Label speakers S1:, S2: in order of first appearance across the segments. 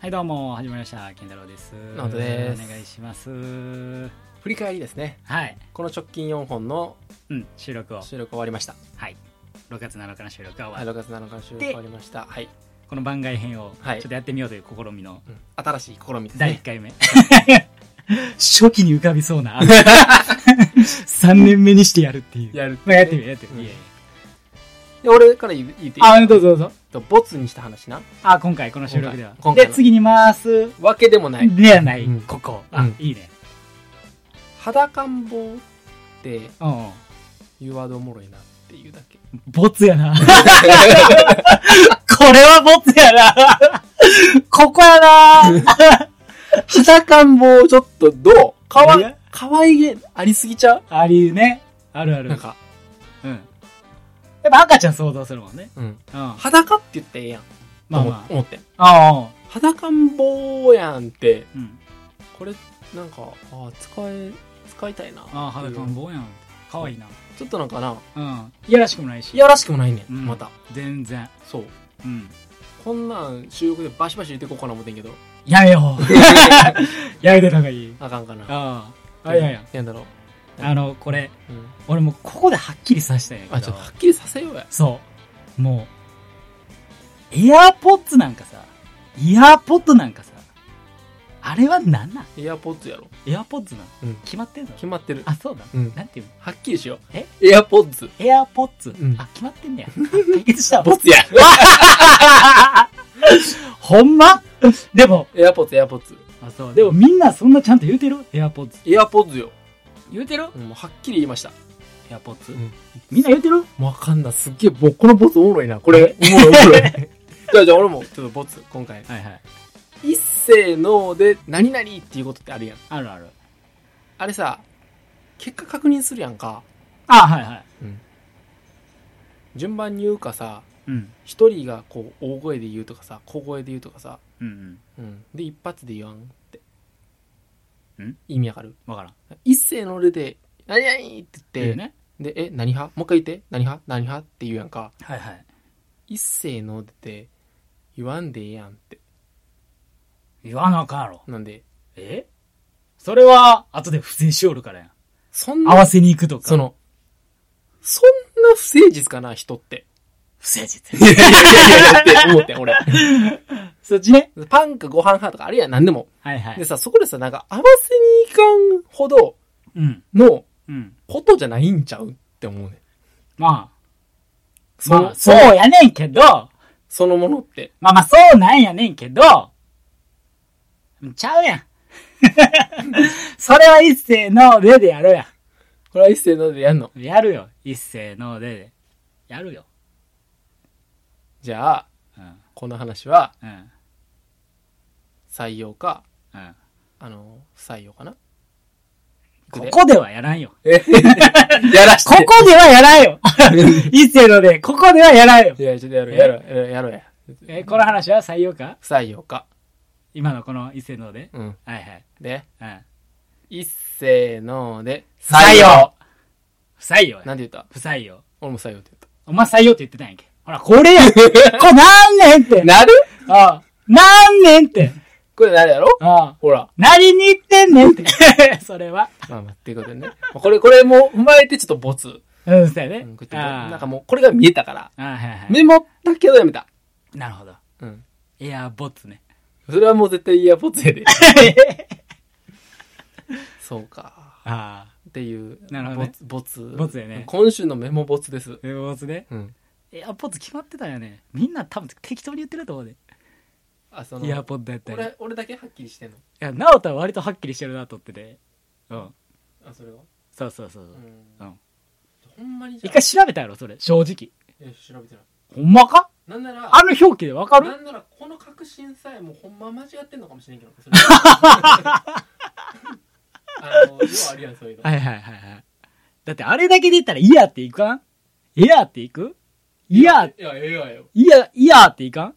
S1: はいどうも始まりました健太郎です
S2: 直人です
S1: お願いします
S2: 振り返りですね
S1: はい
S2: この直近4本の
S1: うん収録を
S2: 収録終わりました
S1: はい6月7日の収録は終わ
S2: はい
S1: り
S2: 6月7日の収録終わりましたはい、
S1: この番外編をちょ
S2: はい
S1: っとやってみようという試みの
S2: うん新しい試みです
S1: 第
S2: ね
S1: 1回目 初期に浮かびそう な3年目にしてやるっていう
S2: やる
S1: まあやってみようやってみよう、
S2: うん
S1: いやいや
S2: で俺から言う言っていい
S1: あどうぞどうぞ
S2: とボツにした話な
S1: あ今回この収録では
S2: 今回
S1: で次に回す
S2: わけでもない
S1: ではない、
S2: うん
S1: ここあ、
S2: うん
S1: いいね
S2: 裸ん坊って
S1: うんうん
S2: 言うワードおもろいなっていうだけ
S1: ボツやな これはボツや なここやな
S2: 裸ん坊ちょっとどうか
S1: いや
S2: わかわいげありすぎちゃ
S1: ありねあるあ
S2: う
S1: る
S2: なんか、
S1: うん、やっぱ赤ちゃん想像するもんね
S2: うん、
S1: うんまあ
S2: 裸って言ってええやん
S1: ま
S2: と思
S1: あ
S2: 思って
S1: ああ
S2: 裸ん坊やんって
S1: うん
S2: これなんかあー使え使いたいな
S1: ああ裸ん坊やんかわいいな
S2: ちょっとなんかな
S1: うんいやらしくもないし
S2: いやらしくもないね、
S1: うん
S2: また
S1: 全然
S2: そう
S1: うん
S2: こんなん収録でバシバシ言ってこうかな思ってんけど
S1: やめよう やめてた方がいい
S2: あかんか
S1: あ
S2: な
S1: ああいやいや
S2: なんだろう、
S1: あのこれ
S2: うん、
S1: 俺もうここではっきりさせたいんや
S2: あ
S1: け
S2: ちょ
S1: ど
S2: っとはっきりさせようや
S1: そう。もう、エアーポッツなんかさ、イヤーポッドなんかさ、あれはなんなん
S2: エアポッツやろ
S1: エアポッツなの、
S2: うん
S1: 決まってんの
S2: 決まってる
S1: あ、そうだ。
S2: うん
S1: なんていうの
S2: はっきりしよう
S1: え
S2: エアポッツ
S1: エアーポッツ、
S2: うん
S1: あ、決まってんねや。 あ解決したわ。
S2: ポッツ や
S1: ほんまでも、
S2: エアポッツエアポッツ
S1: あそうでもみんなそんなちゃんと言うてるエアポッツ。
S2: エアポッツよ
S1: 言うてる
S2: うんもうはっきり言いました
S1: エアポッツ、
S2: ん
S1: みんな言うてる
S2: わかんないすっげえ僕このボツおもろいなこ れおもろいおもろいじゃあじゃあ俺もちょっとボツ今回
S1: はいはい。
S2: 一斉ので何々っていうことってあるやん
S1: あるある。
S2: あれさ結果確認するやんか
S1: あ、はいはい。
S2: 順番に言うかさ
S1: うん。
S2: 一人がこう大声で言うとかさ小声で言うとかさ、
S1: うんうん。
S2: うん、で一発で言わんって
S1: ん
S2: 意味わかる
S1: わからん。
S2: 一斉の俺で「何々!」って言って、
S1: 言うね。
S2: で「え何派もう一回言って何派何派?」って言うやんか
S1: はいはい。
S2: 一斉のってて言わんでええやんって
S1: 言わなあかんやろ。
S2: なんで
S1: えそれは、後で不正しおるからやん。
S2: そん
S1: 合
S2: な
S1: わせに行くとか。
S2: そ、のそんな不誠実かな人 って
S1: 不正実。
S2: いやいやいやって思ってん俺
S1: そっちね。
S2: パンかご飯派とかあるやん何でも
S1: はいは
S2: で
S1: い。
S2: さそこでさなんか合わせにいかんほど
S1: うん。
S2: の
S1: うん。
S2: ことじゃないんちゃうって思うね。
S1: まあ、
S2: そ
S1: まあ、
S2: の、
S1: そうやねんけど、
S2: そのものって。
S1: まあまあ、そうなんやねんけど、ちゃうやん。 それは一斉のででやるや
S2: これは一斉のでやんの。
S1: ん。やるよ。一斉のでで。やるよ。
S2: じゃあ、
S1: うん。
S2: この話は
S1: うん。
S2: 採用か、
S1: うん。
S2: あの、不採用かな。
S1: ここではやらんよ。
S2: え やらし
S1: こ
S2: て。
S1: こではやらん よ。一斉ので、ここではやらんよ。
S2: いや、ちょっとやろう、やろう、やろう、やろうや。
S1: え、この話は採用か
S2: 不採用か。
S1: 今のこの一斉ので。
S2: うん。
S1: はいはい。
S2: で、
S1: うん。
S2: 一斉ので、
S1: 不採用不採用
S2: な
S1: や。
S2: んて言った
S1: 不採用。
S2: 俺も採用って
S1: お前採用って言ってたんやんけ。ほら、これ やこれなんねんって
S2: 言った。なる
S1: ああなんねんって
S2: これなるやろ
S1: ああ
S2: ほら。
S1: なりに行ってんねんって。 それは。
S2: まあまあ、っていうことでね。まあこれ、これも踏まえてちょっとボツ。
S1: うん、そうや
S2: う
S1: ね
S2: んこ。うやってなん
S1: あ
S2: かもう、これが見えたから。
S1: あ。ああ、はいはい。
S2: メモったけどやめた。
S1: なるほど。
S2: うん。
S1: いや、ボツ ね。
S2: それはもう絶対イヤーポッツ やで。そうか。
S1: ああ。
S2: っていう。
S1: なるほどね
S2: ボツ。ボツ。
S1: ボツやね
S2: 今週のメモボツです。
S1: えボツね。
S2: うん。
S1: いや、ボツ決まってたよね。みんな多分適当に言ってると思うで。
S2: あ、その、
S1: いや、ボツだったり。い
S2: 俺、俺だけはっきりしてんの。
S1: や、直人は割とはっきりしてるなとってて。うん。
S2: あ、それは
S1: そうそうそう
S2: う
S1: そう。
S2: ん。
S1: うん。
S2: ほんまにじ
S1: 一
S2: ゃ
S1: 回調べたやろ、それ。正直。
S2: あ。いや、調べてない。
S1: ほんまか
S2: なんなら、
S1: あの表記でわかる
S2: なんならこの確信さえもうほんま間違ってんのかもしれんけど。そ れあの、ようあるやん、そういうの。
S1: はいはいはいはい。だってあれだけで言ったら、イヤーっていかんエアーっていくイヤー、
S2: いや、ええわよ。
S1: イヤー、イヤーっていかん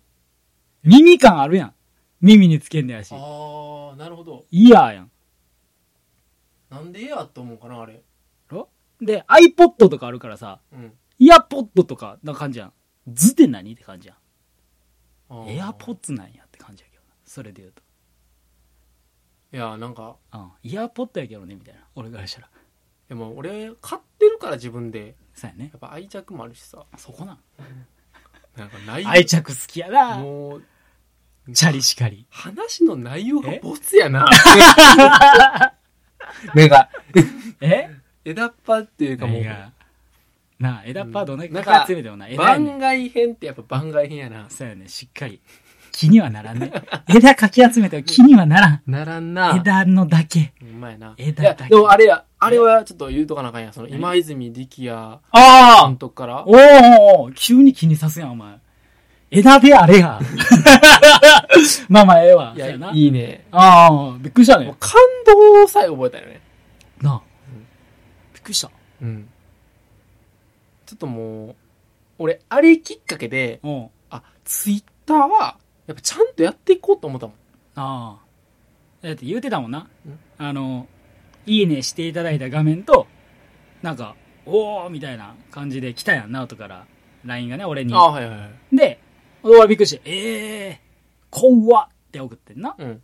S1: 耳感あるやん。耳につけんねやし。
S2: あー、なるほど。
S1: イヤーやん。
S2: なんでええやと思うかな、あれ。
S1: で、iPod とかあるからさ、
S2: うん。
S1: イヤポッドとかな感じやん。図って何って感じやん。エアポ
S2: ッ
S1: ッツなんやって感じやけどな。それで言うと。
S2: いやなんか
S1: うん。イヤーポッドやけどね、みたいな。俺からしたら。
S2: でも俺買ってるから自分で
S1: そうやね
S2: や。っぱ愛着もあるしさ
S1: そこなん。
S2: なんか内容
S1: 愛着好きやな。
S2: もう
S1: チャリしかり。
S2: 話の内容が
S1: え
S2: ボツ やななんか
S1: え
S2: 枝っぱっていうかも
S1: 何
S2: う
S1: が。なあ、枝っぱはどんだけ
S2: うんなん
S1: か
S2: か
S1: 集めてもな。枝やね
S2: 番外編ってやっぱ番外編やな
S1: そうやね、しっかり。気にはなら んね。枝かき集めても気にはならん。
S2: ならんな
S1: 枝のだけ。
S2: うまいな
S1: 枝
S2: いや
S1: だけ
S2: でもあれやあれはちょっと言うとかなあかんやその今泉力也
S1: あ
S2: 監督から
S1: おーおー急に気にさすやん、お前。枝であれ や。まあまあ、ええわ。
S2: い
S1: そうやな
S2: やいいね
S1: ああ、びっくりした
S2: もう
S1: ね。
S2: 感動さえ覚えたよね
S1: なあ
S2: うん。
S1: びっくりした。
S2: うんちょっともう俺あれきっかけで
S1: うん。
S2: あツイッターはやっぱちゃんとやっていこうと思ったもん
S1: ああ。だって言うてたもんな
S2: うん。
S1: あの、いいねしていただいた画面と、なんか、おーみたいな感じで来たやんな、後から。LINE がね、俺に。
S2: あはいはいはい
S1: で、俺はびっくりして、ええー、怖っって送ってんな。
S2: うん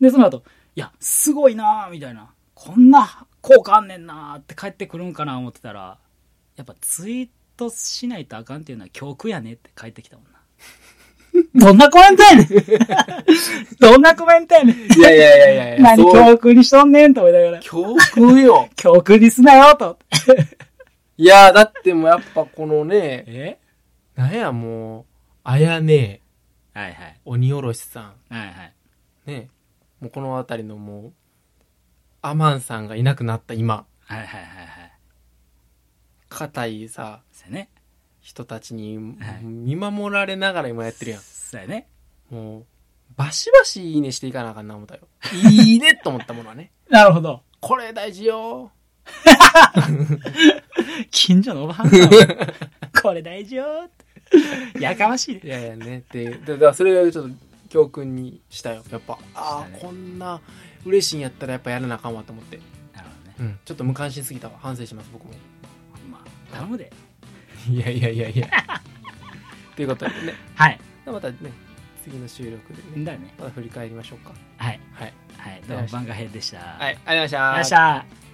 S1: で、その後、いや、すごいなーみたいな。こんな効果あんねんなーって帰ってくるんかな思ってたら、やっぱツイートしないとあかんっていうのは教訓やねって帰 ってきたもんな。どんなコメントやねん どんなコメントやねん
S2: いやいやいやいやいや
S1: 何
S2: そう
S1: 教訓にしとんねんと思いながら、
S2: 教訓よ
S1: 教訓にすなよと。
S2: いやだってもうやっぱこのね
S1: え
S2: なんやもうあやね
S1: はいはい。
S2: 鬼おろしさん
S1: はいはい。
S2: ねもうこの辺りのもうアマンさんがいなくなった今
S1: はいはいはいはい。
S2: 硬いさ
S1: そうやね。
S2: 人たちに
S1: はい
S2: 見守られながら今やってるやん、
S1: そうやね。
S2: もうバシバシいいねしていかなあかんな思ったよいいねと思ったものは ね
S1: なるほど。
S2: これ大事よ
S1: 近所のおばは んだこれ大丈夫ってやかましい
S2: い
S1: ね
S2: やいやねってだだからそれをちょっと教訓にしたよやっぱあ
S1: した
S2: あ
S1: ね
S2: こんな嬉しいんやったらやっぱやらなあかんわと思って、
S1: なるほどね
S2: うん、ちょっと無関心すぎたわ反省します僕も
S1: まあ頼むで
S2: いやいやいやい やということでね
S1: はい
S2: またね次の収録でね
S1: だよね
S2: また振り返りましょうか
S1: はい
S2: はい
S1: はいどうも番外編でした
S2: はいありがとうございました
S1: ありがとうございました